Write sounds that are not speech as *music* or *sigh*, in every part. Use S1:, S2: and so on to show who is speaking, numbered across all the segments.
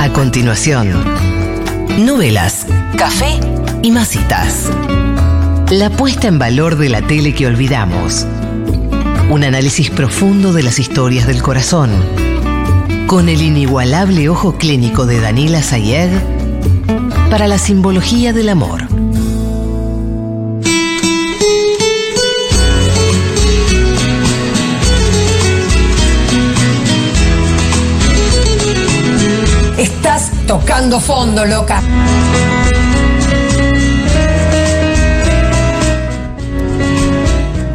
S1: A continuación, novelas, café y masitas. La puesta en valor de la tele que olvidamos. Un análisis profundo de las historias del corazón. Con el inigualable ojo clínico de Daniela Sayed para la simbología del amor.
S2: Estás tocando fondo, loca.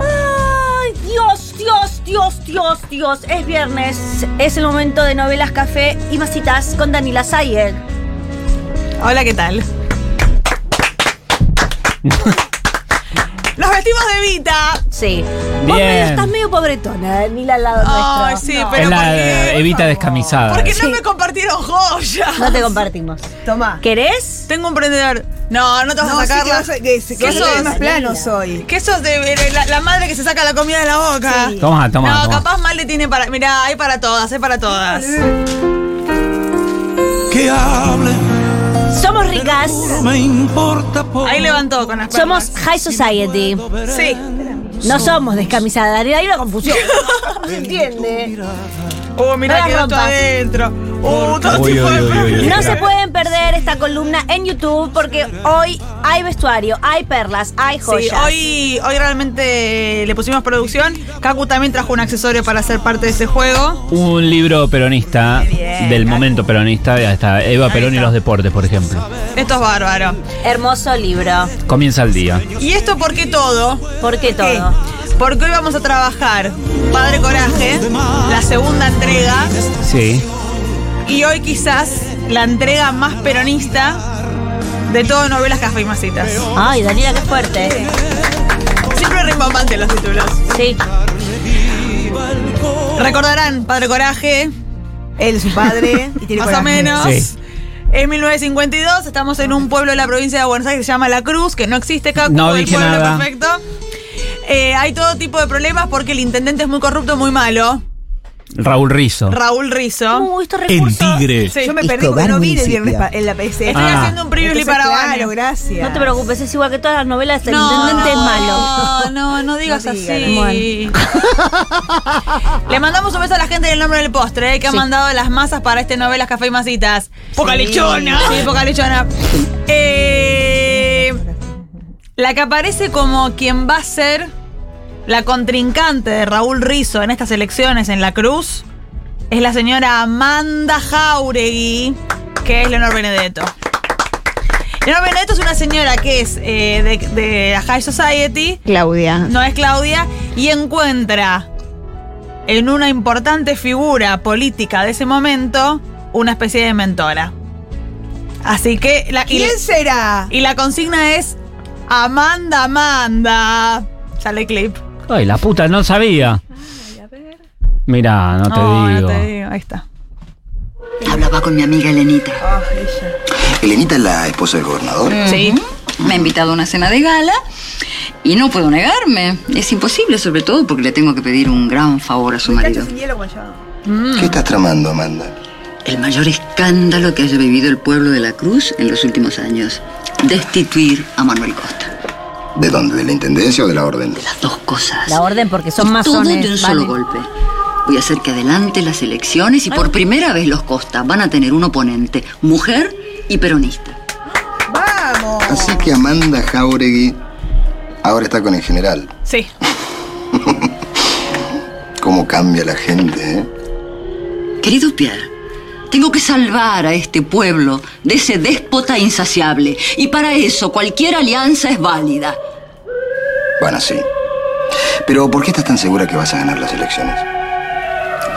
S3: Ay, Dios, Dios, Dios, Dios, Dios. Es viernes. Es el momento de novelas, café y masitas con Daniela Sayer.
S4: Hola, ¿qué tal? Nos vestimos de Vita.
S3: Sí. Vos
S5: Bien.
S3: medio- estás medio pobretona, Daniela, al lado
S4: Ay,
S3: nuestro.
S4: sí,
S3: No,
S4: pero
S5: es la
S4: porque-
S5: Evita descamisada.
S4: Porque no
S3: Sí.
S4: me compartieron joyas.
S3: No te compartimos.
S6: Tomá.
S3: ¿Querés?
S4: Tengo un prendedor. No, no te vas
S6: No,
S4: a
S6: sí que
S4: sacarla.
S6: vas a- que se- que
S4: ¿Qué
S6: se
S4: sos?
S6: ve más planos hoy.
S4: ¿Qué sos de, de la, la madre que se saca la comida de la boca?
S5: Toma, toma.
S4: no,
S5: toma.
S4: capaz mal le tiene para. Mirá, hay para todas, hay para todas.
S7: que hable,
S3: Somos ricas.
S7: me importa por
S4: Ahí levantó con las
S3: Oh. Somos high society.
S4: palmas. Sí.
S3: No somos descamisada. Daniela, hay una
S4: *laughs*
S3: confusión. No se entiende.
S4: Uh, mirá,
S3: No la
S4: quedó todo
S3: rompas.
S4: adentro. Uh, todo
S5: Uy,
S4: tipo
S5: uy,
S4: de
S5: uy, uy, uy.
S3: No se pueden perder esta columna en YouTube porque hoy hay vestuario, hay perlas, hay
S4: Sí,
S3: joyas.
S4: hoy, hoy realmente le pusimos producción. Kaku también trajo un accesorio para ser parte de ese juego.
S5: Un libro peronista,
S4: bien,
S5: del
S4: Cacu.
S5: momento peronista, hasta Eva Perón y
S4: está.
S5: los deportes, por ejemplo.
S4: Esto es bárbaro.
S3: Hermoso libro.
S5: Comienza el día.
S4: ¿Y esto por qué todo?
S3: ¿Por qué
S4: ¿Qué?
S3: todo?
S4: Porque hoy vamos a trabajar Padre Coraje, la segunda entrega,
S5: Sí.
S4: y hoy quizás la entrega más peronista de todo novelas café y masitas.
S3: Ay, Daniela, qué fuerte.
S4: Siempre rimbombante los títulos.
S3: Sí.
S4: Recordarán Padre Coraje,
S6: Él es su padre. y tiene
S4: *laughs* más o
S6: coraje.
S4: menos.
S5: Sí.
S4: En 1952 estamos en un pueblo de la provincia de Buenos Aires que se llama La Cruz, que no existe Cacu,
S5: No
S4: el
S5: dije
S4: pueblo
S5: nada.
S4: perfecto. Eh, hay todo tipo de problemas porque el intendente es muy corrupto, muy malo.
S5: Raúl Rizo.
S4: Raúl Rizzo.
S3: Uh, estos
S7: en
S3: recursos.
S7: tigre.
S4: Sí.
S6: Yo me perdí porque no vi el viernes pa- en la este- PC.
S4: Estoy
S5: Ah.
S4: haciendo un previously
S6: Entonces,
S4: para
S6: claro,
S4: Vano.
S6: gracias.
S3: No te preocupes, es igual que todas las novelas, el intendente es malo.
S4: No, no, no digas
S6: No digan,
S4: así. *laughs* Le mandamos un beso a la gente del nombre del postre, eh, que ha mandado las masas para este novelas Café y Masitas. Poca lechona. Sí, poca lechona. Eh, la que aparece como quien va a ser la contrincante de Raúl Rizo en estas elecciones en La Cruz es la señora Amanda Jauregui, que es Leonor Benedetto. Leonor Benedetto es una señora que es eh, de, de la High Society,
S8: Claudia.
S4: no es Claudia, y encuentra en una importante figura política de ese momento una especie de mentora. Así que la, y,
S6: ¿Quién será?
S4: y la consigna es Amanda Amanda. Sale clip.
S5: Ay, la puta, no sabía. Mirá, no te
S4: no
S5: digo.
S4: te digo. Ahí está.
S9: Hablaba con mi amiga Elenita.
S10: Elenita es la esposa del gobernador.
S4: Sí.
S9: Me ha invitado a una cena de gala y no puedo negarme. Es imposible, sobre todo porque le tengo que pedir un gran favor a su marido.
S10: ¿Qué estás tramando, Amanda?
S9: El mayor escándalo que haya vivido el pueblo de la Cruz en los últimos años. Destituir a Manuel Costa.
S10: ¿De dónde? ¿De la intendencia o de la orden?
S9: Las dos cosas.
S3: La orden porque son
S9: Y Todo
S3: masones.
S9: de un
S3: vale.
S9: solo golpe. Voy a hacer que adelante las elecciones y por primera vez los Costa van a tener un oponente, mujer y peronista.
S6: Vamos.
S10: Así que Amanda Jauregui ahora está con el general.
S4: Sí.
S10: ¿Cómo cambia la gente, eh?
S9: Querido Pierre, tengo que salvar a este pueblo de ese déspota insaciable. Y para eso cualquier alianza es válida.
S10: Bueno, sí. Pero ¿por qué estás tan segura que vas a ganar las elecciones?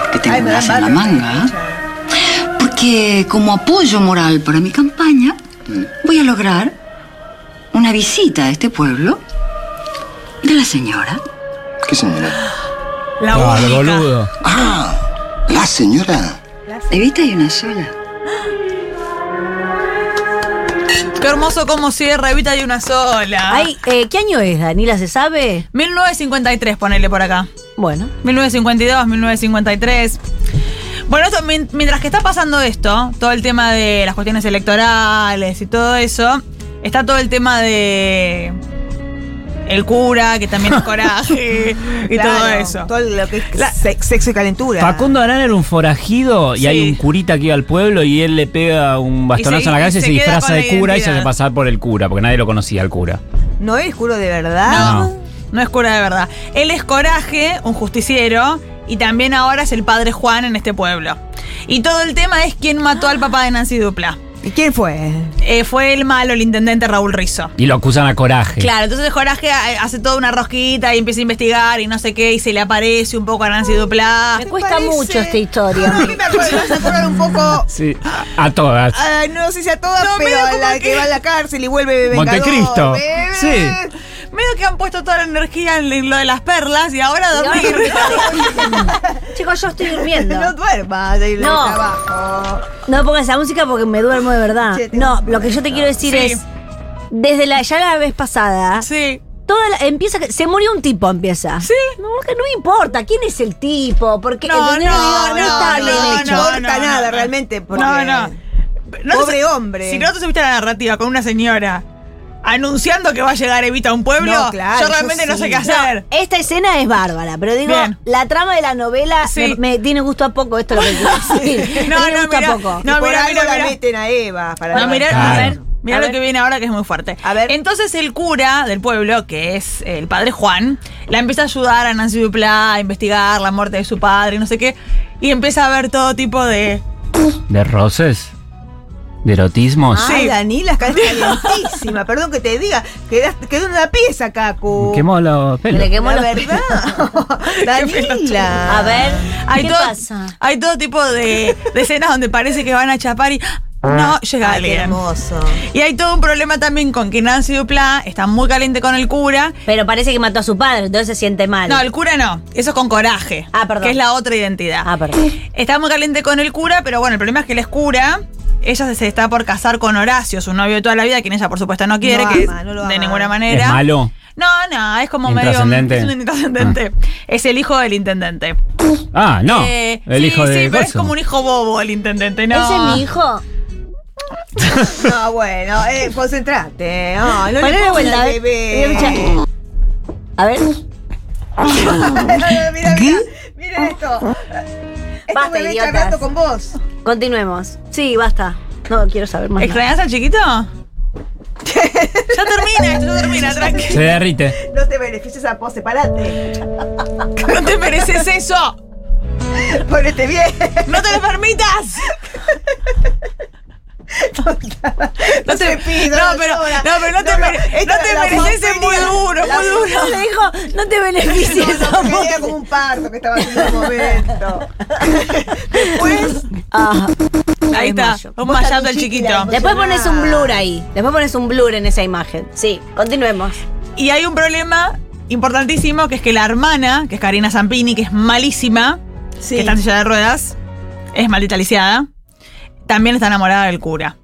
S9: Porque tengo
S6: Ay, me
S9: un
S6: dan
S9: as en la
S6: varios.
S9: manga. ¿eh? Porque como apoyo moral para mi campaña, voy a lograr una visita a este pueblo de la señora.
S10: ¿Qué señora?
S4: La
S5: Ah,
S4: única.
S5: boludo.
S10: Ah, la señora.
S9: Evita y una sola.
S4: Qué hermoso cómo cierra Evita de una sola.
S3: Ay, eh, ¿qué año es, Daniela? ¿Se sabe?
S4: 1953, ponele por acá.
S3: Bueno.
S4: 1952, 1953. Bueno, esto, mien- mientras que está pasando esto, todo el tema de las cuestiones electorales y todo eso, está todo el tema de el cura, que también es *laughs* coraje y
S6: Claro,
S4: todo eso.
S6: Todo lo que es
S4: La-
S6: sex- sexo y calentura.
S5: Facundo Arana era un forajido y
S4: Sí.
S5: hay un curita que iba al pueblo y él le pega un bastonazo
S4: Y se-
S5: en la
S4: y
S5: cabeza y
S4: se
S5: se,
S4: queda
S5: disfraza
S4: con la
S5: de cura y se hace
S4: identidad.
S5: pasar por el cura, porque nadie lo conocía al cura.
S6: ¿No es juro de verdad?
S4: No,
S5: No.
S4: no es cura de verdad. Él es Coraje, un justiciero, y también ahora es el padre Juan en este pueblo. Y todo el tema es quién mató al papá de Nancy Dupla.
S6: ¿Y quién fue?
S4: Eh, fue el malo, el intendente Raúl Rizzo.
S5: Y lo acusan a coraje.
S4: Claro, entonces Coraje ha- hace toda una rosquita y empieza a investigar y no sé qué, y se le aparece un poco a Nancy Dupla.
S3: Me cuesta
S6: parece-
S3: mucho esta
S6: A *laughs*
S3: historia.
S6: mí me acuerdo, me hace acordar un poco.
S5: Sí, a, a todas.
S6: ah, no sé si a todas,
S4: No,
S6: pero
S4: medio
S6: a
S4: como
S6: la que...
S4: que-
S6: va a la cárcel y vuelve vengador,
S5: Montecristo.
S6: ¿eh?
S5: Sí.
S4: Medio que han puesto toda la energía en lo de las perlas y ahora a
S3: Y ahora
S4: dormir.
S3: Chicos, yo estoy durmiendo.
S6: No duermas ahí en el
S3: No.
S6: trabajo.
S3: No pongas esa música porque me duermo de verdad.
S6: Che, tengo
S3: No,
S6: un
S3: lo que yo te quiero decir
S4: Sí.
S3: es, desde la ya la vez pasada,
S4: Sí.
S3: toda la- empieza que- se murió un tipo empieza.
S4: Sí.
S3: No, que no importa quién es el tipo, porque
S4: No,
S3: ¿entendés?
S4: no,
S3: Digo,
S4: no,
S3: está
S4: no,
S3: bien
S4: no,
S3: hecho.
S4: no,
S6: importa
S4: no,
S6: nada
S4: no.
S6: realmente. Porque
S4: No, no. No te
S6: Pobre
S4: se-
S6: hombre.
S4: Si no te subiste a la narrativa con una señora anunciando que va a llegar Evita a un pueblo,
S6: No, claro,
S4: yo
S6: yo
S4: realmente no
S6: sí.
S4: sé qué hacer.
S3: Esta escena es bárbara, pero digo,
S4: Bien.
S3: la trama de la novela
S4: Sí.
S3: me, me tiene gusto a poco, esto es lo que
S4: *laughs*
S3: quiero decir.
S4: No,
S3: me
S4: no,
S3: gusta
S4: mirá.
S3: a poco.
S6: No,
S4: No,
S6: por
S4: mira,
S6: algo
S4: mira,
S6: la
S4: mira.
S6: meten a Eva. Para
S4: No, mirá,
S5: Claro.
S4: a
S5: ver,
S4: ver, mirá
S6: a
S4: lo
S6: ver.
S4: que viene ahora que es muy fuerte.
S6: A ver.
S4: Entonces el cura del pueblo, que es el padre Juan, la empieza a ayudar a Nancy Dupla a investigar la muerte de su padre y no sé qué. Y empieza a ver todo tipo de.
S5: ¿De roces? ¿De erotismos?
S6: Ay,
S4: Sí.
S6: Daniela, estás calentísima. Perdón que te diga. Quedás- Quedó una pieza,
S4: uh.
S6: Cacu.
S5: Quemó los pelos.
S3: Le quemó
S6: La
S3: los-
S6: *laughs* verdad. Daniela.
S3: A ver,
S4: Hay
S3: ¿qué
S4: todo,
S3: pasa?
S4: Hay todo tipo de, de escenas donde parece que van a chapar y. No, llega
S6: Ay, qué
S4: alguien.
S6: hermoso.
S4: Y hay todo un problema también con que Nancy Dupla está muy caliente con el cura.
S3: Pero parece que mató a su padre, entonces se siente mal.
S4: No, el cura no. Eso es con coraje.
S3: Ah, perdón.
S4: Que es la otra identidad.
S3: Ah, perdón.
S4: Está muy caliente con el cura, pero bueno, el problema es que él es cura. Ella se- se está por casar con Horacio, su novio de toda la vida, quien ella por supuesto no quiere,
S6: No
S4: que
S6: ama, no lo
S4: de
S6: ama.
S4: ninguna manera.
S5: ¿Es malo?
S4: No, no, es como medio. *laughs*
S5: Intrascendente.
S4: Es un intrascendente. Es el hijo del intendente.
S5: Ah, no.
S4: Eh,
S5: el
S4: sí,
S5: hijo
S4: sí,
S5: de.
S4: pero es
S5: coso.
S4: como un hijo bobo el intendente, ¿no?
S3: ¿Ese es mi hijo?
S6: No, bueno, eh, concentrate. No, no le
S3: Ponle
S6: pongas
S3: vuelta, a
S6: al
S3: ver.
S6: bebé.
S3: Mira, escucha. A ver.
S6: mira, mira, mira esto. Este
S3: Basta,
S6: bebé
S3: idiotas.
S6: charlando con vos.
S3: Continuemos. Sí, basta. No quiero saber más. nada.
S4: ¿Extrañas al chiquito? *laughs* ya termina, esto
S3: *laughs*
S4: ya termina, tranqui.
S5: Se derrite.
S6: No te beneficies a vos, separate.
S4: No te mereces eso.
S6: Ponete bien.
S4: No te lo permitas. No te
S6: pido,
S4: No, pero no,
S6: doctora.
S4: pero no te,
S6: No, no,
S4: mere-
S6: esta
S4: no
S6: es
S4: te
S6: la
S4: mereces es muy
S6: porquería.
S4: duro,
S6: La
S4: muy duro.
S3: Le dijo, no te *laughs*
S4: *laughs*
S3: beneficies.
S6: No, no,
S3: amor.
S6: porque era como un parto que estaba haciendo un momento.
S3: *laughs*
S6: Después,
S3: Ah.
S4: Ahí está,
S3: desmayo.
S4: un
S6: Vos
S4: mayato
S6: también,
S4: del
S6: chiqui,
S4: chiquito.
S6: la-
S3: Después pones un blur ahí. Después pones un blur en esa imagen. Sí, continuemos.
S4: Y hay un problema importantísimo que es que la hermana, que es Karina Zampini, que es malísima,
S6: Sí.
S4: que está en silla de ruedas, es maldita lisiada, también está enamorada del cura.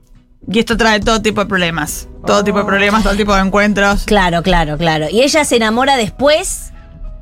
S4: Y esto trae todo tipo de problemas. Todo tipo de
S6: Oh.
S4: problemas, todo tipo de encuentros.
S3: Claro, claro, claro. Y ella se enamora después.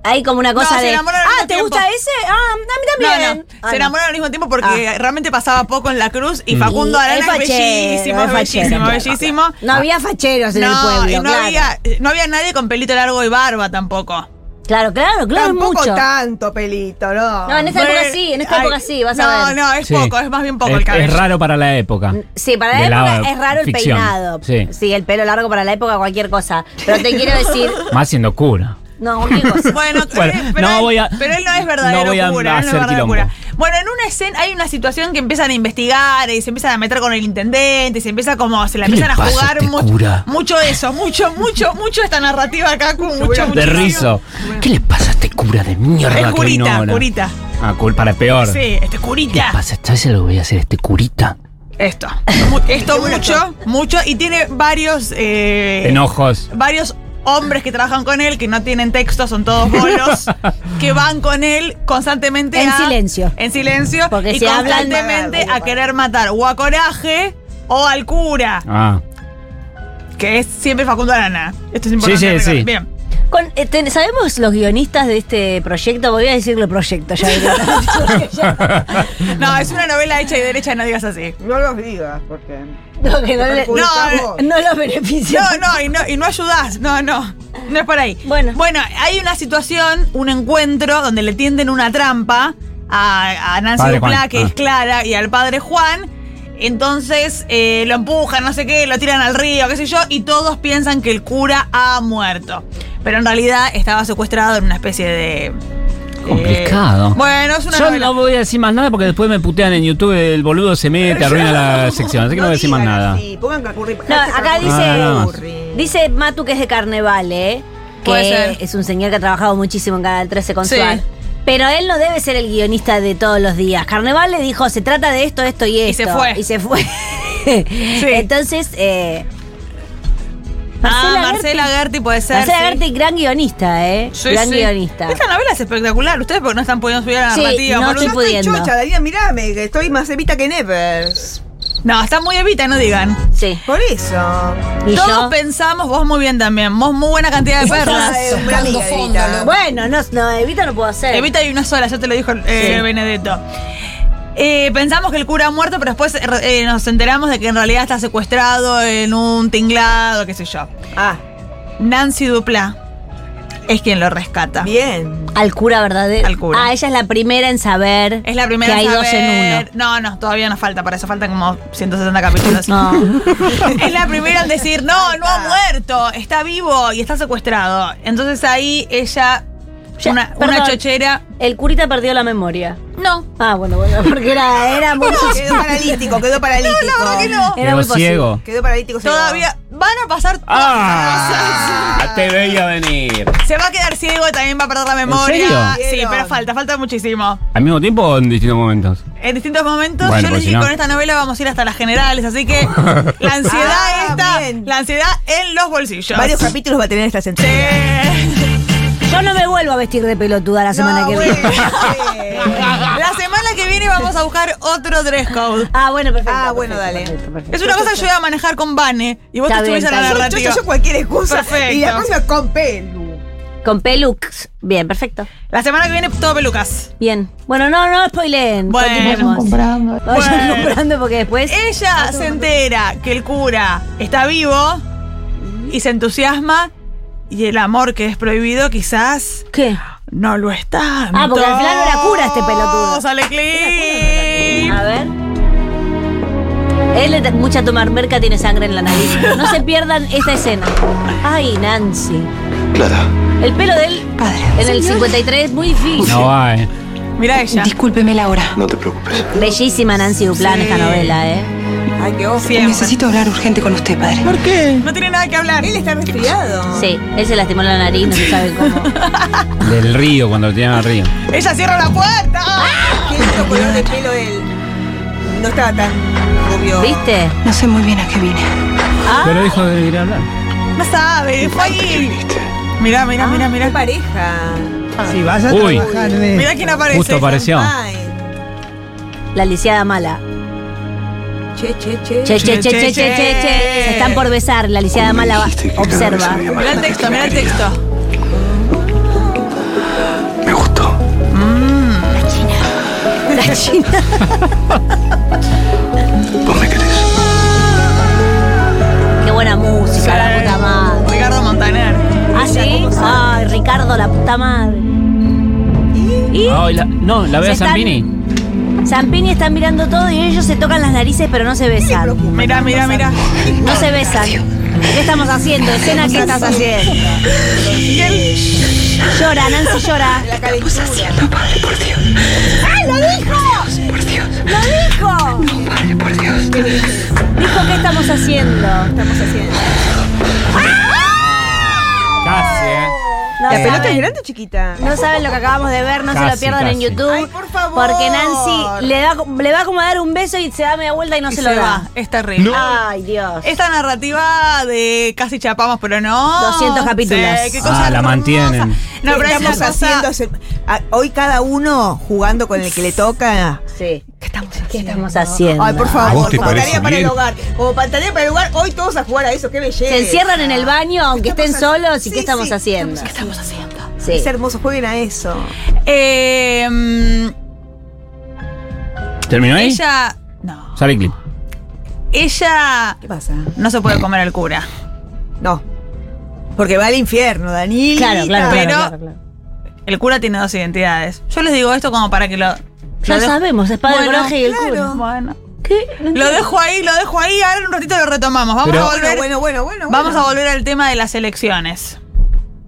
S3: Hay como una cosa
S4: No, se
S3: de.
S4: enamoran al
S3: ah,
S4: mismo
S3: ¿te
S4: tiempo.
S3: gusta ese? Ah, a mí
S4: No,
S3: también.
S4: no.
S3: Ah,
S4: se enamoraron al mismo tiempo porque realmente pasaba poco en la cruz
S5: Mm.
S4: y Facundo
S3: Y
S4: Arana
S3: Ah. es
S4: es
S3: fachero,
S4: bellísimo,
S3: es
S4: es
S3: fachero,
S4: bellísimo,
S3: claro.
S4: bellísimo.
S3: No había facheros en el pueblo.
S4: y no,
S3: claro.
S4: había, no había nadie con pelito largo y barba tampoco.
S3: Claro, claro, claro, es
S6: tampoco
S3: mucho.
S6: tanto pelito, ¿no?
S3: No, en esta
S4: Bueno,
S3: época sí, en esta
S4: ay,
S3: época sí, vas
S4: no,
S3: a ver.
S4: No, *laughs* es
S5: Sí.
S4: poco, es más bien poco
S5: Es-
S4: el cabello. Mm,
S5: Es raro para la época.
S3: Sí, para la
S5: De
S3: época
S5: la
S3: es raro el
S5: ficción,
S3: peinado. Sí.
S5: sí.
S3: el pelo largo para la época, cualquier cosa. Pero te quiero decir.
S5: Más siendo cura.
S3: No, cualquier
S4: *laughs*
S3: cosa.
S4: Bueno,
S5: *laughs* Bueno,
S4: eh, pero,
S5: no
S4: él,
S5: voy a-
S4: pero él no es verdadero
S5: no voy a
S4: cura, él no es
S5: hacer
S4: verdadero
S5: quilombo.
S4: cura. Bueno, en una escena hay una situación que empiezan a investigar y se empiezan a meter con el intendente, y se empieza como, se la
S5: ¿Qué le
S4: empiezan a
S5: pasa a
S4: jugar
S5: este
S4: mucho,
S5: cura?
S4: mucho eso, mucho, mucho, mucho esta narrativa acá, con mucho, mucho.
S5: De rizo. ¿Qué le pasa a este cura de mierda
S4: Es
S5: que vino
S4: curita,
S5: ahora?
S4: curita.
S5: Ah, cul- para peor.
S4: Sí, este
S5: ¿Qué le
S4: curita.
S5: pasa? ¿Sabes lo que voy a hacer a este curita?
S4: Esto. Mu- Esto mucho, mucho. Y tiene varios. eh,
S5: Enojos.
S4: Varios hombres que trabajan con él, que no tienen texto, son todos
S5: *laughs*
S4: bolos, que van con él constantemente.
S3: En
S4: a-
S3: silencio.
S4: En silencio.
S3: Porque
S4: y
S3: si hablan-
S4: constantemente a querer matar o a coraje o al cura,
S5: Ah.
S4: que es siempre Facundo Arana. Esto es
S5: Sí,
S4: importante.
S5: sí,
S4: recordar.
S5: sí.
S4: Bien.
S3: Con- eh, ten- ¿Sabemos los guionistas de este proyecto? Voy a decirle proyecto ya. directamente.
S4: No, es una novela hecha y derecha, no digas así.
S6: No los digas, porque.
S3: no, que no, le-
S6: No,
S3: no los beneficia.
S4: No, no, y no, y no ayudás. No, no. No es por ahí.
S3: Bueno.
S4: Bueno, hay una situación, un encuentro donde le tienden una trampa a, a Nancy
S5: Padre
S4: Duplá,
S5: Juan,
S4: que
S5: ah.
S4: es Clara, y al padre Juan. Entonces eh, lo empujan, no sé qué, lo tiran al río, qué sé yo, y todos piensan que el cura ha muerto. Pero en realidad estaba secuestrado en una especie de.
S5: Complicado.
S4: eh, bueno, es una
S5: Yo
S4: novela.
S5: no voy a decir más nada porque después me putean en YouTube, el boludo se mete, arruina la sección, así que no, voy a decir más
S6: digan
S5: nada.
S6: así, pongan Cacurri.
S3: No, acá dice,
S5: Ah, nada más.
S3: dice Matu que es de Carnevale, ¿eh? que
S4: Puede ser.
S3: es un señor que ha trabajado muchísimo en Canal 13 con
S4: Sí.
S3: Suar. Pero él no debe ser el guionista de todos los días. Carnevale dijo, se trata de esto, esto y esto.
S4: se fue.
S3: Y se fue.
S4: *laughs*
S3: Entonces, eh,
S4: Marcela
S3: Marcela
S4: ah, Marcela Gerti puede ser.
S3: Marcela
S4: sí.
S3: Gerti, gran guionista, ¿eh?
S4: Sí,
S3: gran
S4: sí.
S3: guionista.
S4: Esta novela es espectacular. Ustedes porque no están pudiendo subir a la
S3: Sí,
S4: narrativa.
S3: no
S4: boludo.
S3: estoy
S6: Estoy
S3: pudiendo.
S6: chocha, Daría, mirame, que estoy más evita que never.
S4: No, está muy evita, no digan.
S3: Sí.
S6: Por eso.
S3: Y
S4: Todos
S3: *laughs* yo-
S4: pensamos, vos muy bien también. Vos muy buena
S3: *laughs*
S4: cantidad de perlas.
S6: Ay, una
S2: tocando
S6: amiga,
S2: fondo,
S6: Evita.
S2: loco.
S3: Bueno, no, no, Evita no puedo hacer.
S4: Evita hay una sola, ya te lo dijo eh,
S3: Sí.
S4: Benedetto. Eh, pensamos que el cura ha muerto, pero después eh, nos enteramos de que en realidad está secuestrado en un tinglado, qué sé yo.
S6: Ah,
S4: Nancy Dupla es quien lo rescata.
S6: bien.
S3: Al cura verdadero.
S4: Al cura.
S3: Ah, ella es la primera en saber
S4: Es la primera
S3: que hay
S4: en
S3: dos en
S4: saber-
S3: uno.
S4: No, no, todavía nos falta para eso, faltan como 160
S3: *laughs*
S4: capítulos.
S3: No.
S4: *laughs* es la primera en decir, no, no ha muerto, está vivo y está secuestrado. Entonces ahí ella,
S3: Ya,
S4: una,
S3: perdón.
S4: una chochera.
S3: El curita perdió la memoria.
S4: No.
S3: Ah, bueno, bueno, porque era, era muy.
S6: Quedó paralítico,
S4: *laughs*
S6: quedó paralítico. No, la verdad que no.
S3: Era
S5: Quedó
S3: muy posible.
S5: ciego.
S6: Quedó paralítico. se
S4: Todavía van a pasar todas las
S5: ¡Ah!
S4: cosas.
S5: Te veía venir.
S4: Se va a quedar ciego y también va a perder la memoria.
S5: serio?
S4: Sí,
S6: Vieron.
S4: pero falta, falta muchísimo.
S5: ¿Al mismo tiempo o en distintos momentos?
S4: En distintos momentos, yo
S5: Bueno,
S4: les
S5: pues,
S4: dije
S5: si no-
S4: con esta novela vamos a ir hasta las generales, así que
S6: *laughs*
S4: la ansiedad
S6: Ah,
S4: está,
S6: bien.
S4: la ansiedad en los bolsillos.
S6: Varios capítulos va a tener esta sentencia.
S4: Sí.
S3: Yo no me vuelvo a vestir de pelotuda la semana
S6: No,
S3: que
S6: bueno,
S3: viene.
S6: *laughs* sí.
S4: La semana que viene vamos a buscar otro dress code.
S3: Ah, bueno, perfecto.
S6: Ah, bueno,
S3: perfecto,
S6: dale.
S3: perfecto, perfecto.
S4: Es una cosa que yo iba a manejar con Vane y vos te
S3: Está
S4: estuviste
S3: bien, está
S4: en la
S3: bien.
S6: Yo,
S4: narrativa.
S6: yo, yo cualquier excusa.
S4: Perfecto.
S6: Y la próxima con pelu.
S3: Con pelux. Bien, perfecto.
S4: La semana que viene todo pelucas.
S3: Bien. Bueno, no, no spoilen.
S4: Bueno.
S3: Continuemos.
S4: Vayan
S3: comprando. Vayan
S4: Bueno.
S3: comprando porque después.
S4: Ella se entera que el cura está vivo y se entusiasma y el amor que es prohibido quizás
S3: ¿Qué?
S4: no lo está.
S3: Ah, porque al final no era cura este pelotudo.
S4: Sale clip.
S3: A ver. Él le da- mucha tomar merca tiene sangre en la nariz. No se pierdan esta escena. Ay, Nancy.
S10: Clara.
S3: El pelo de él
S9: Padre.
S3: en el 53 es muy fino.
S5: No va, eh.
S4: Mira ella.
S9: Discúlpeme la hora.
S10: No te preocupes.
S3: Bellísima Nancy Duplan esta novela, ¿eh?
S6: Ay, qué oso.
S4: Siempre.
S9: Necesito hablar urgente con usted, padre.
S4: No tiene nada que hablar.
S6: Él está resfriado.
S3: Sí, él se lastimó la nariz, no se sabe cómo.
S5: Del río, cuando lo tiran al río.
S4: Ella cierra la puerta.
S3: ¡Ah!
S6: Qué lindo color de pelo él. No estaba tan rubio.
S3: ¿Viste?
S9: No sé muy bien a qué vine.
S5: Pero dijo de ir a hablar.
S4: No sabe. Fue ahí. Mirá, mirá,
S3: Ah,
S4: mirá,
S6: Qué
S4: mirá.
S6: pareja.
S5: Uy,
S4: Mirá quién aparece.
S5: justo apareció.
S6: Ay.
S3: La lisiada mala.
S6: Che, che, che.
S3: Che, che, che, che, che, che, che. Se están por besar, la lisiada mala va-
S10: Dijiste que cada vez
S3: observa.
S10: había más
S4: Mirá el
S10: gente que
S4: texto,
S10: me
S4: mirá el
S10: quería.
S4: texto.
S10: Me gustó.
S3: Mm. La china.
S10: *laughs* Vos me querés.
S3: Qué buena música, la puta madre.
S4: Ricardo Montaner.
S3: ¿Ah, sí? Ay, Ricardo, la puta madre. ¿Y?
S5: Ay, la- no, la
S3: Se
S5: veo a
S3: están-
S5: Zampini.
S3: Zampini están mirando todo y ellos se tocan las narices, pero no se besan.
S4: Mirá, mirá, mirá.
S3: No se besan. ¿Qué estamos haciendo? Escena, ¿qué estás haciendo? Llora, Nancy llora.
S6: La calentura.
S9: No, padre, por Dios. ¡Ay, lo dijo!
S3: ¡Lo dijo!
S9: Por Dios, padre, por Dios.
S3: Dijo, ¿qué estamos haciendo?
S6: Estamos haciendo.
S5: Casi, eh.
S3: No
S6: ¿La pelota es
S3: saben,
S6: grande o chiquita?
S3: no saben lo que acabamos de ver, no se lo
S5: Casi,
S3: pierdan en
S5: casi.
S3: YouTube.
S6: Ay, por favor.
S3: Porque Nancy le, da, le va como a dar un beso y se da media vuelta y no
S4: Y
S3: se, lo da.
S4: Es terrible.
S5: Ah.
S3: Ay, Dios.
S4: Esta narrativa de casi chapamos, pero no.
S3: 200 capítulos.
S4: Sí, qué cosa
S5: Ah, la
S4: hermosa.
S5: mantienen.
S4: No, pero es una
S6: estamos
S4: cosa.
S6: haciendo. se- a- Hoy cada uno jugando con el que le toca.
S3: Sí.
S6: ¿Qué estamos
S3: ¿Qué
S6: haciendo?
S3: estamos haciendo?
S6: Ay, por
S8: ¿A vos
S6: favor,
S8: te
S6: como
S8: parece
S6: tarea para el
S8: bien?
S6: hogar. Como pa- tarea para el hogar, hoy todos a jugar a eso, qué belleza.
S3: Se encierran en el baño aunque
S6: ¿Qué
S3: estén
S6: estamos haciendo?
S3: solos y
S6: Sí,
S3: qué estamos
S6: sí,
S3: haciendo.
S6: ¿Qué estamos haciendo?
S3: Sí.
S6: Es hermoso, jueguen a eso.
S4: Eh, mm,
S5: ¿Terminó ahí?
S4: ella. No.
S5: Sale el clip.
S4: Ella
S6: ¿Qué pasa?
S4: no se puede comer al cura.
S6: No. Porque va al infierno, Dani.
S3: Claro, claro, claro,
S4: Pero-
S3: claro, claro.
S4: El cura tiene dos identidades. Yo les digo esto como para que lo.
S3: Ya
S4: lo dejo-
S3: sabemos, espada de
S4: Bueno,
S3: coraje y el
S6: claro.
S3: culo.
S4: Bueno.
S3: ¿Qué? No
S4: Lo
S3: entiendo.
S4: dejo ahí, lo dejo ahí. Ahora en un ratito lo retomamos. Vamos
S5: Pero-
S4: a
S6: Bueno,
S4: volver.
S6: bueno, bueno, bueno.
S4: Vamos
S6: bueno.
S4: a volver al tema de las elecciones.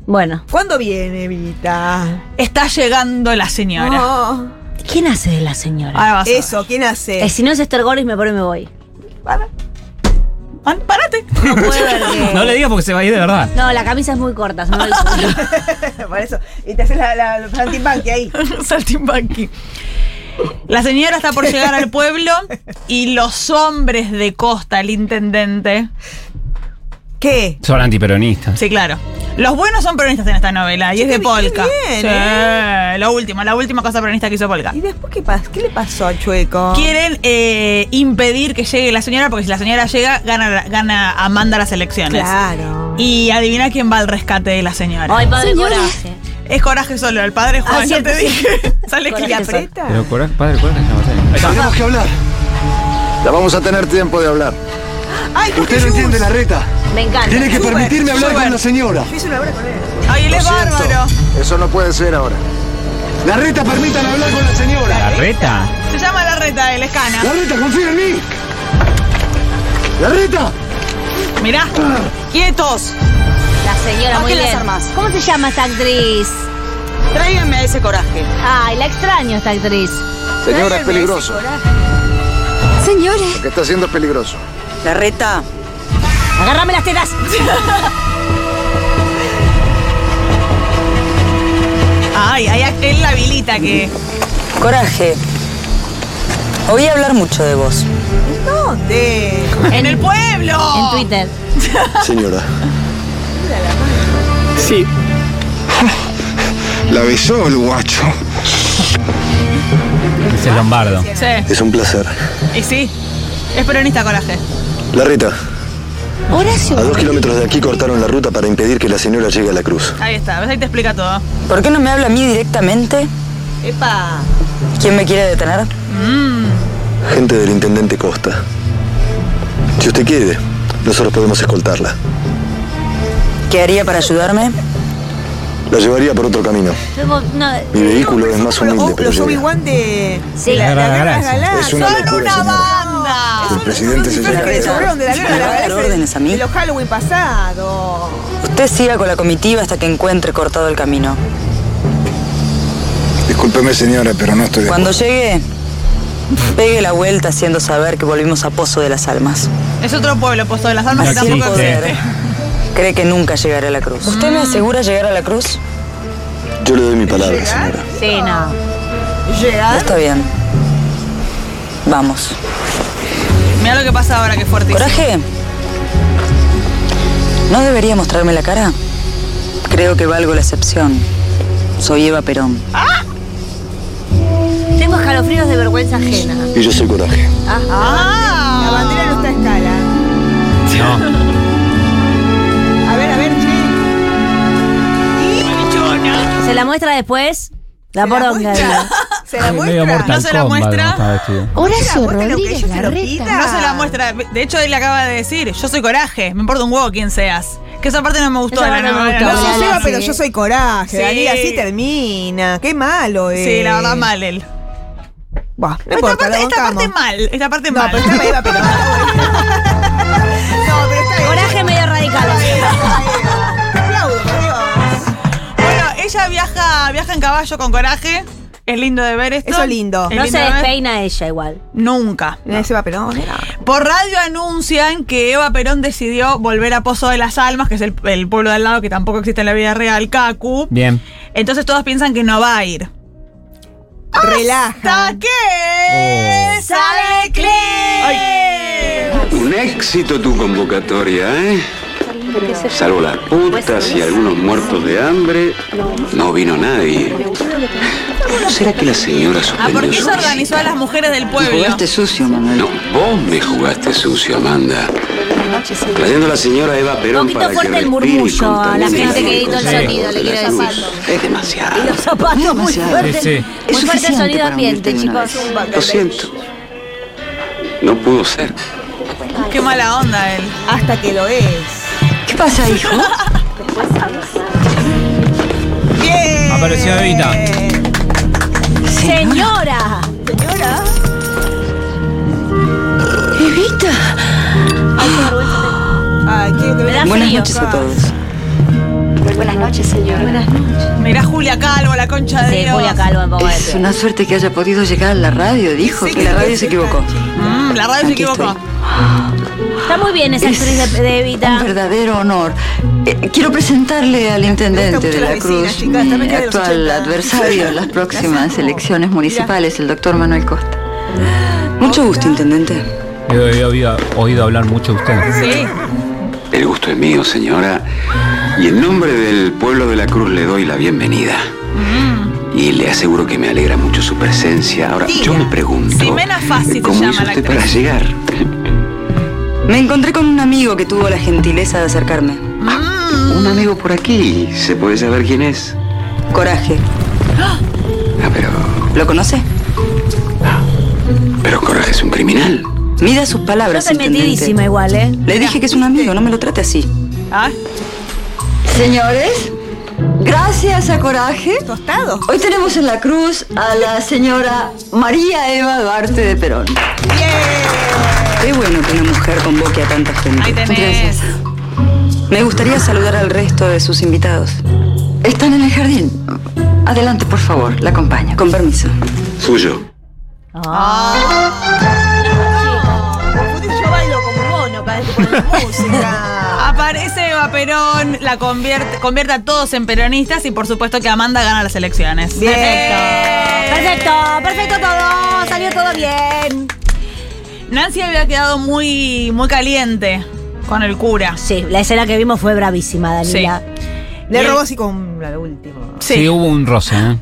S3: Bueno,
S6: ¿Cuándo viene, Vita?
S4: Está llegando la señora.
S6: Oh,
S3: ¿quién hace de la señora?
S4: Ahora vas a
S6: eso, ¿quién hace?
S3: Eh, si no es Esther Goris, me pone y me voy.
S4: ver. Ah, Parate.
S3: No puedo ver que-
S5: No le digas porque se va a ir de verdad.
S3: No, la camisa es muy corta, se me va el culo.
S6: *laughs* Por eso. Y te haces la, la, la saltimbanqui ahí.
S4: *laughs* Saltimbanqui. La señora está por llegar al pueblo y los hombres de Costa, el intendente.
S6: ¿Qué?
S5: Son antiperonistas.
S4: Sí, claro. Los buenos son peronistas en esta novela y es de
S6: qué
S4: Polka.
S6: bien,
S4: Sí,
S3: ¿eh?
S4: la última, la última cosa peronista que hizo Polka.
S6: ¿Y después qué pasa? ¿Qué le pasó al chueco?
S4: Quieren eh, impedir que llegue la señora porque si la señora llega, gana, la- gana Amanda las elecciones.
S6: Claro.
S4: Y adivina quién va al rescate de la señora.
S3: Ay, padre coraje.
S4: Es coraje solo, el padre Juan,
S3: Ah,
S4: ya
S3: cierto,
S4: te dije. *laughs* Sale
S3: Coraje
S6: ¿Y
S4: que-
S3: solo.
S6: aprieta?
S5: Pero coraje, padre, coraje, no va a ser. Ahí está.
S10: Tenemos que hablar. Ya vamos a tener tiempo de hablar.
S6: Ay, qué
S10: Usted no
S6: jesús.
S10: entiende la reta.
S3: Me
S10: Tiene
S3: encanta.
S10: que permitirme hablar
S4: Schubert.
S10: con la señora.
S6: Yo hice una obra con él.
S4: Ay, él es
S10: Lo siento.
S4: bárbaro.
S10: Eso no puede ser ahora. La reta permitan hablar con la
S5: ¿La
S10: señora.
S5: reta?
S4: Se llama la reta del escana.
S10: La reta, confía en mí. La reta.
S4: Mirá, quietos.
S3: La señora muy
S2: Bajen las
S3: bien.
S2: armas.
S3: ¿Cómo se llama esta actriz?
S2: Tráiganme a ese coraje.
S3: Ay, la extraño esta actriz.
S10: Señora, es peligroso.
S9: Señores,
S10: Lo que está haciendo es peligroso.
S2: La reta.
S3: Agárrame las tetas.
S4: Ay, hay aquel la habilita que.
S2: Coraje. Oí hablar mucho de vos.
S6: ¿Dónde?
S4: ¡En el pueblo!
S3: En Twitter.
S10: Señora. Sí. La besó el guacho.
S5: Es el Lombardo.
S4: Sí,
S10: Es un placer.
S4: y sí. Es peronista coraje.
S10: La reta.
S9: Horacio.
S10: A dos kilómetros de aquí cortaron la ruta para impedir que la señora llegue a la cruz.
S4: Ahí está, ves ahí te explica todo.
S2: ¿Por qué no me habla a mí directamente?
S6: Epa.
S2: ¿Quién me quiere detener?
S10: Gente del intendente Costa. Si usted quiere, nosotros podemos escoltarla.
S2: ¿Qué haría para ayudarme?
S10: La llevaría por otro camino.
S3: Luego, no,
S10: Mi vehículo es más
S6: Pero,
S10: humilde,
S6: oh,
S10: pero
S6: los
S10: llega.
S6: Obi-Wan de.
S3: sí.
S6: La, la guerra de las
S5: Galaxia.
S6: galaxias.
S10: Es una
S6: Son
S10: locura, señora.
S4: ¡Anda!
S10: El presidente se
S6: Los
S10: llama
S6: que sobraron de Ah, la guerra
S2: ¿Me
S6: de las
S2: va a dar
S6: galaxias.
S2: órdenes a mí?
S6: De los Halloween pasado.
S2: Usted siga con la comitiva hasta que encuentre cortado el camino.
S10: Discúlpeme, señora, pero no estoy de
S2: Cuando llegue, pegue la vuelta haciendo saber que volvimos a Pozo de las Almas.
S4: Es otro pueblo, Pozo de las Almas,
S5: No
S4: que tampoco
S5: existe.
S4: existe.
S2: Cree que nunca llegaré a la cruz. ¿Usted me asegura llegar a la cruz?
S10: Yo le doy mi palabra, señora.
S3: Sí, no.
S6: Llegar.
S2: Está bien. Vamos.
S4: Mirá lo que pasa ahora, que es fuertísimo.
S2: Coraje. ¿No debería mostrarme la cara? Creo que valgo la excepción. Soy Eva Perón.
S3: Tengo escalofríos de vergüenza ajena.
S10: Y yo soy coraje.
S6: La bandera no está a escala.
S5: No.
S6: A ver, a ver, che.
S3: Se la muestra después. La
S6: ¿Se la
S3: poronga.
S6: muestra?
S3: *laughs* digo.
S6: ¿Se la
S5: Medio
S6: muestra?
S5: Mortal
S4: No se la
S5: Kombat,
S4: muestra.
S5: ¿no? Está vestido.
S6: Horacio Rodríguez
S4: No se la muestra. De hecho, él acaba de decir, yo soy coraje, me importa un huevo quién seas. Que esa parte no me gustó
S3: Esa
S4: de la
S3: parte no me
S4: novela.
S3: gustó.
S6: No sos
S3: Sí.
S6: Eva, pero yo soy coraje.
S4: Sí.
S6: Daniel, así termina. Qué malo, eh.
S4: Sí, la verdad mal él.
S6: Buah, no
S4: Esta
S6: importa,
S4: parte,
S6: lo
S4: esta parte
S6: bancamos.
S4: mal, esta parte
S6: No,
S4: mal.
S6: pero estaba Eva, pero. *laughs* No, pero está bien.
S3: Coraje medio radical.
S6: Aplaudo, por Dios.
S4: *laughs* Bueno, ella viaja, viaja en caballo con coraje. Es lindo de ver esto.
S6: Eso es lindo.
S4: Es
S3: No se
S4: de ver.
S3: despeina ella igual.
S4: Nunca.
S6: Mira, ese va, pero. mira.
S4: Por radio anuncian que Eva Perón decidió volver a Pozo de las Almas, que es el, el pueblo de al lado que tampoco existe en la vida real, Cacu.
S5: Bien.
S4: Entonces todos piensan que no va a ir.
S6: Ah, Relaja.
S4: ¿Hasta qué?
S5: Oh.
S4: ¡Sale Clem!
S7: Un éxito tu convocatoria, ¿eh? Salvo las putas y algunos muertos de hambre, no vino nadie. ¿No será que la señora
S4: Ah,
S7: suspendió
S4: porque
S7: su
S4: ella organizó a las mujeres del pueblo.
S9: Jugaste sucio, Manuel.
S7: No, vos me jugaste sucio, Amanda. Trayendo a la señora Eva Perón
S3: Poquito
S7: para que
S3: fuerte el
S7: respire y
S3: murmullo a la
S7: contamine
S3: gente que
S7: aire
S3: editó el
S7: con
S3: sonido, le
S7: la
S3: quiero
S7: luz.
S3: decir.
S7: Es demasiado.
S3: Y los zapatos muy
S9: Demasiado.
S3: fuertes.
S5: Sí, sí.
S3: Muy
S9: Es
S3: fuerte el
S9: suficiente
S3: sonido
S9: para
S3: ambiente,
S9: unirte de una
S3: chicos.
S7: Lo siento. No pudo ser.
S4: Qué mala onda él.
S6: Hasta que lo es.
S9: ¿Qué pasa, hijo?
S6: Bien.
S5: Apareció Evita.
S3: Señora.
S6: Señora.
S9: Evita.
S6: Ay, quiero
S3: Me
S6: que
S3: da
S6: vean.
S9: Buenas
S3: frío.
S9: noches a todos.
S4: Mirá Julia Calvo, la concha de
S3: Sí,
S4: Dios.
S3: Julia Calvo en Boba
S9: Es
S3: Fett.
S9: una suerte que haya podido llegar a la radio, dijo,
S6: Sí,
S9: que la radio se equivocó.
S4: Mm, la radio se
S9: Aquí
S4: equivocó.
S9: estoy.
S3: Está muy bien esa
S9: Es
S3: actriz de, de
S9: Un
S3: Evita.
S9: verdadero honor. Eh, quiero presentarle al intendente de
S6: mucho la
S9: la
S6: vecina,
S9: Cruz,
S6: chicas,
S9: mi
S6: también que de los
S9: actual
S6: 80.
S9: adversario en
S6: *laughs*
S9: las próximas
S6: Gracias.
S9: elecciones municipales, el doctor Manuel Costa. Mucho gusto, intendente.
S5: He, he oído, oído hablar mucho de usted.
S4: Sí.
S7: El gusto es mío, señora. Y en nombre del pueblo de la Cruz le doy la bienvenida.
S4: Mm.
S7: Y le aseguro que me alegra mucho su presencia. Ahora,
S4: Tía,
S7: yo me pregunto.
S4: Ximena Fassi se
S7: ¿Cómo
S4: llama
S7: hizo
S4: la
S7: usted
S4: actriz.
S7: para llegar?
S9: Me encontré con un amigo que tuvo la gentileza de acercarme.
S7: Un amigo por aquí. ¿Se puede saber quién es?
S9: Coraje.
S7: Ah, pero.
S9: ¿Lo conoce?
S7: Pero Coraje es un criminal.
S9: Mida sus
S3: Yo
S9: palabras,
S3: estoy
S9: intendente.
S3: metidísima igual, ¿eh?
S9: Le dije que es un amigo, no me lo trate así.
S4: Ah,
S9: Señores, gracias a Coraje,
S6: Tostado.
S9: hoy tenemos en la cruz a la señora María Eva Duarte de Perón. Qué bueno que una mujer convoque a tanta gente.
S4: ahí tenés.
S9: Me gustaría saludar al resto de sus invitados. Están en el jardín. Adelante, por favor, la acompaña. Con permiso.
S7: Suyo.
S6: Yo bailo como mono cada vez que ponen música.
S4: Aparece Eva Perón, la convierte, convierte a todos en peronistas y por supuesto que Amanda gana las elecciones.
S6: Bien.
S3: Perfecto, perfecto todo. Salió todo bien.
S4: Nancy había quedado muy, muy caliente con el cura.
S3: Sí, la escena que vimos fue bravísima, Daniela.
S6: Le robó así con la última.
S5: Sí. hubo un roce, ¿eh?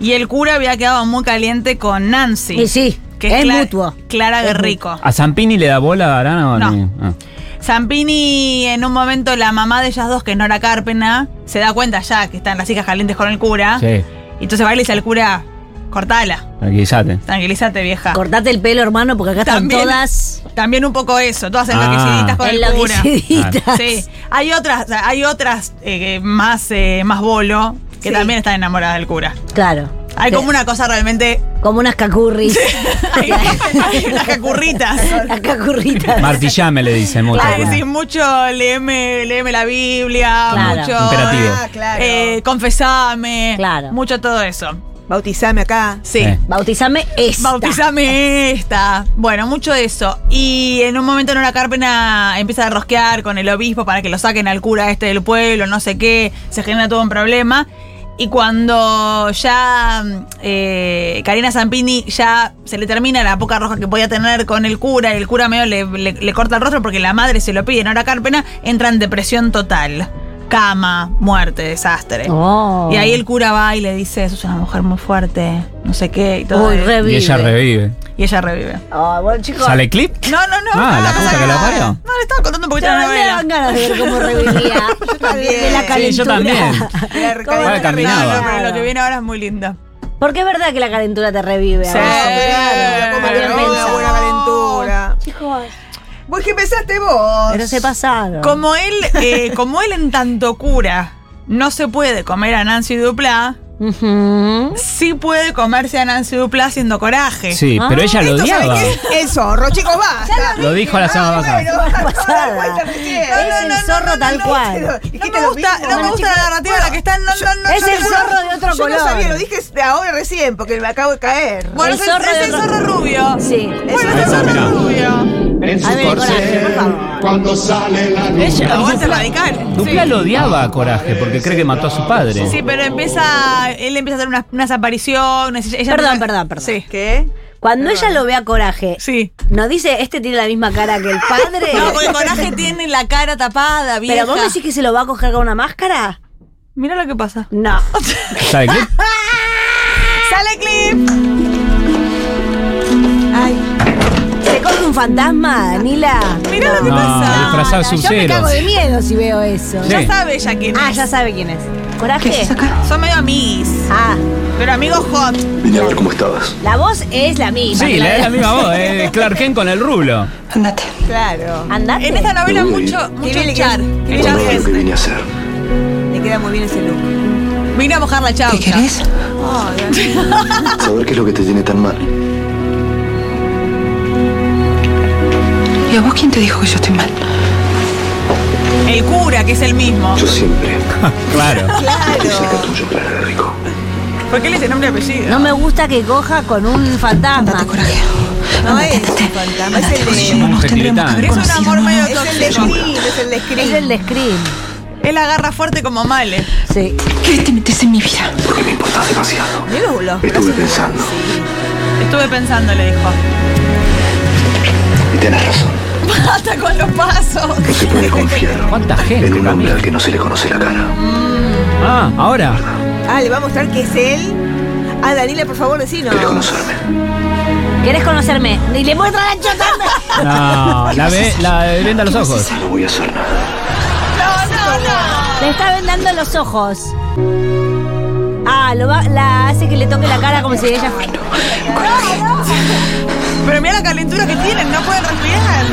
S4: Y el cura había quedado muy caliente con Nancy.
S3: Y sí, es
S4: Cla-
S3: mutuo.
S4: Clara Guerrico.
S5: ¿A Zampini le da bola a Arana o
S4: No.
S5: ni- ah.
S4: Zampini, en un momento, la mamá de ellas dos, que es Nora Cárpena, se da cuenta ya que están las hijas calientes con el cura.
S5: Sí,
S4: Y entonces va y le dice al cura, cortala,
S5: tranquilízate.
S4: tranquilízate vieja.
S3: Cortate el pelo, hermano, porque acá están
S4: También.
S3: todas
S4: También un poco eso, todas enloqueciditas
S5: Ah.
S4: con el cura.
S3: enloqueciditas.
S4: Sí, hay otras, hay otras eh, más, eh, más bolo que
S6: Sí.
S4: también están enamoradas del cura.
S3: Claro. Eh,
S4: Hay como una cosa *laughs* realmente...
S3: Como unas cacurris.
S4: *laughs* Hay, hay unas cacurritas.
S3: *laughs* Las cacurritas.
S5: Martillame le dicen mucho.
S4: Hay
S5: bueno.
S4: sí, mucho léeme, léeme la Biblia,
S3: Claro.
S4: mucho...
S5: Imperativo.
S6: Ah, claro.
S4: eh, confesame,
S3: Claro.
S4: mucho todo eso.
S6: Bautizame acá.
S4: Sí.
S5: Eh.
S3: Bautizame esta.
S4: Bautizame esta. Bueno, mucho de eso. Y en un momento Nora Carpena empieza a rosquear con el obispo para que lo saquen al cura este del pueblo, no sé qué. Se genera todo un problema. Y cuando ya eh, Karina Zampini ya se le termina la poca roja que podía tener con el cura, y el cura medio le, le- le corta el rostro porque la madre se lo pide, Nora Carpena entra en depresión total. Cama, muerte, desastre.
S3: Oh.
S4: Y ahí el cura va y le dice, sos una mujer muy fuerte, no sé qué, y todo.
S3: Uy,
S4: eso.
S3: revive.
S5: Y ella revive.
S4: Y ella revive.
S3: Ah, bueno, chicos.
S5: ¿Sale clip?
S4: No, no, no.
S5: Ah,
S4: no,
S5: la
S4: no,
S5: puta
S4: no,
S5: que la
S4: no,
S5: parió.
S4: No, le estaba contando un poquito de la
S3: Ya, me
S4: novela.
S3: dan ganas de ver cómo
S4: *laughs*
S3: revivía.
S6: también.
S3: De la
S5: Sí, yo
S3: calentura.
S5: también.
S6: La
S3: ¿Cómo
S5: Ahora
S6: recaída.
S3: te
S5: caminaba.
S3: revivía?
S4: Pero lo que viene ahora es muy lindo.
S3: Porque es verdad que la calentura te revive.
S4: Sí.
S6: Claro, como
S3: Está bien
S6: la roba,
S3: pensado.
S6: buena calentura.
S3: Chicos,
S6: Vos que empezaste vos.
S3: pero se pasaron.
S4: Como él, eh, como él en tanto cura no se puede comer a Nancy Dupla,
S3: Ujú.
S4: sí puede comerse a Nancy Dupla haciendo coraje.
S5: Sí, pero ella lo
S6: Esto, ¿saben
S5: odiaba.
S6: qué? El zorro, chicos, basta.
S5: Lo dijo la semana pasada.
S6: *laughs*
S3: Pasada. Es el zorro tal cual.
S4: No me gusta, no
S3: Bueno,
S4: me gusta
S3: chicos,
S4: la narrativa en la que están. No, no, no,
S3: es
S4: yo
S3: el
S4: juro-
S3: zorro de otro
S6: Yo
S3: color.
S6: no sabía, lo dije ahora recién porque me acabo de caer.
S4: Bueno,
S3: El
S4: es
S3: zorro
S4: es
S3: de
S4: el
S3: otro-
S4: zorro rubio.
S3: Sí.
S4: Bueno, es el zorro rubio.
S3: A ver, coraje, por favor.
S4: Ella, aguante radical.
S5: Dupla lo odiaba a Coraje porque cree que mató a su padre.
S4: Sí, pero empieza, él empieza a hacer unas, unas apariciones. ella- ella
S3: Perdón,
S4: empieza-
S3: perdón, perdón.
S4: Sí,
S6: ¿Qué?
S3: Cuando ella lo ve a coraje,
S4: sí.
S3: nos dice, este tiene la misma cara que el padre.
S4: *laughs* No, porque Coraje tiene la cara tapada, vieja.
S3: Pero vos me decís que se lo va a coger con una máscara?
S4: Mira lo que pasa.
S3: No.
S5: ¿Sabe qué?
S3: fantasma, Danila?
S4: Mirá lo que
S5: No,
S4: pasa.
S5: disfrazar
S3: Yo me
S5: Sub-Zero.
S3: cago de miedo si veo eso.
S5: Sí.
S4: Ya sabe ella quién es.
S3: Ah, ya sabe quién es. ¿Coraje?
S9: ¿Qué es acá?
S4: Son medio amigos.
S3: Ah,
S4: Pero amigos hot.
S10: Vine a ver cómo estabas.
S3: la voz es la misma.
S5: Sí,
S3: la
S5: la, es la misma voz, eh, Clark Kent con el rublo.
S9: Andate.
S6: Claro.
S3: Andate.
S4: En esta novela
S10: Uy.
S4: mucho, mucho
S6: Divine
S4: char.
S6: Girl.
S4: Ella
S10: Cuando lo que
S4: es-
S10: vine a hacer.
S6: Le queda muy bien ese look.
S4: Vine a mojar la
S9: ¿Qué
S4: chaucha.
S9: querés?
S10: Saber qué es lo que te tiene tan mal.
S9: ¿Y a vos quién te dijo que yo estoy mal?
S4: El cura, que es el mismo.
S10: Yo siempre.
S5: Claro.
S10: Estoy cerca tuyo, Clara de Rico.
S4: ¿Por qué le dice nombre y apellido?
S3: No me gusta que coja con un fantasma.
S9: Andate, coraje.
S6: No es un
S3: *laughs*
S6: fantasma, es el
S9: Porque
S6: de.
S9: si no nos
S5: Monje
S9: tendríamos que haber
S5: tibetano.
S4: es un
S9: conocido.
S4: amor medio
S6: Es el de
S4: tóxico.
S6: Scream, es el de
S3: Es
S6: Scream.
S3: el de Scream.
S4: Él agarra fuerte como male.
S3: Sí.
S9: ¿Qué te metes en mi vida?
S10: Porque me importas demasiado.
S6: Mirá los- los
S10: Estuve
S6: brazos de-
S10: pensando.
S4: Estuve pensando, le dijo.
S10: Y tenés razón.
S4: Hasta con los pasos.
S10: No se puede confiar
S5: ¿Cuánta
S10: en
S5: gente?
S10: un hombre al que no se le conoce la cara.
S5: Ah, ahora.
S6: Ah, le va a mostrar que es él. Ah, Danila, por favor, decinos.
S10: ¿Querés conocerme?
S3: ¿Querés conocerme? Y le muestra la
S4: *laughs*
S3: chota.
S5: No, la, ve, la venda los ojos.
S10: No voy a hacer nada.
S3: Le está vendando los ojos. Ah, lo va- la hace que le toque la cara como si ella fuera.
S4: Pero mira la calentura que tienen, no pueden respirar.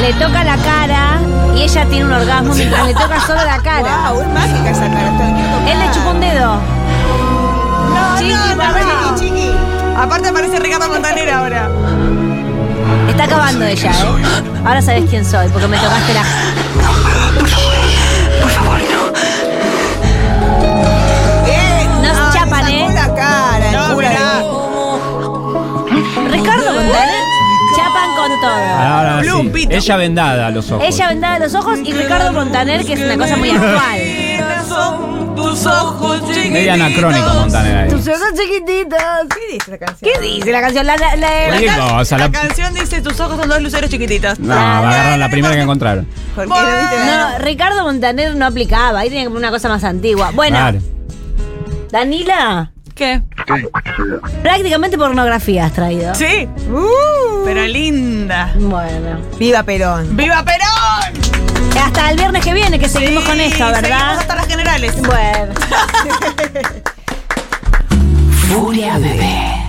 S3: Le toca la cara y ella tiene un orgasmo mientras le toca solo la cara.
S6: Wow, es mágica esa cara. te la quiero tocar.
S3: Él le chupa un dedo.
S4: No,
S3: Chiqui,
S4: no, no,
S3: papá.
S4: no.
S6: Chiqui.
S4: Aparte aparece Ricardo Montaner ahora.
S3: Está acabando ella, ¿eh? Ahora sabes quién soy porque me tocaste la.
S6: Eh,
S3: Nos
S6: ah, le
S3: chapan,
S6: sacó
S3: ¿eh?
S6: la cara, el
S4: No,
S6: cura.
S4: mirá.
S3: Ricardo Montaner chapan con todo.
S5: Ahora
S4: Blue, un
S5: sí.
S4: pito.
S5: Ella vendada a los ojos.
S3: Ella vendada los ojos y Ricardo Montaner, que es una cosa muy actual.
S4: Son tus ojos chiquititos.
S5: Medio anacrónico Montaner ahí.
S3: Tus ojos chiquititos.
S6: ¿Qué dice la canción?
S3: ¿Qué dice la canción? La, la- la-
S5: Qué cosa,
S4: La
S5: la-
S4: canción dice tus ojos son dos luceros chiquititos.
S5: No, va a agarrar la primera que encontraron.
S6: ¿Por qué no viste la-
S3: No, Ricardo Montaner no aplicaba. Ahí tenía que poner una cosa más antigua. Bueno,
S5: Claro.
S3: Danila,
S4: ¿Qué?
S3: prácticamente pornografía has traído.
S4: Sí.
S6: Uh.
S4: Pero linda.
S3: Bueno.
S6: Viva Perón.
S4: ¡Viva Perón!
S3: Hasta el viernes que viene que seguimos
S4: Sí,
S3: con esto,
S4: seguimos
S3: ¿verdad?
S4: hasta las generales.
S3: Bueno.
S1: Furia bebé.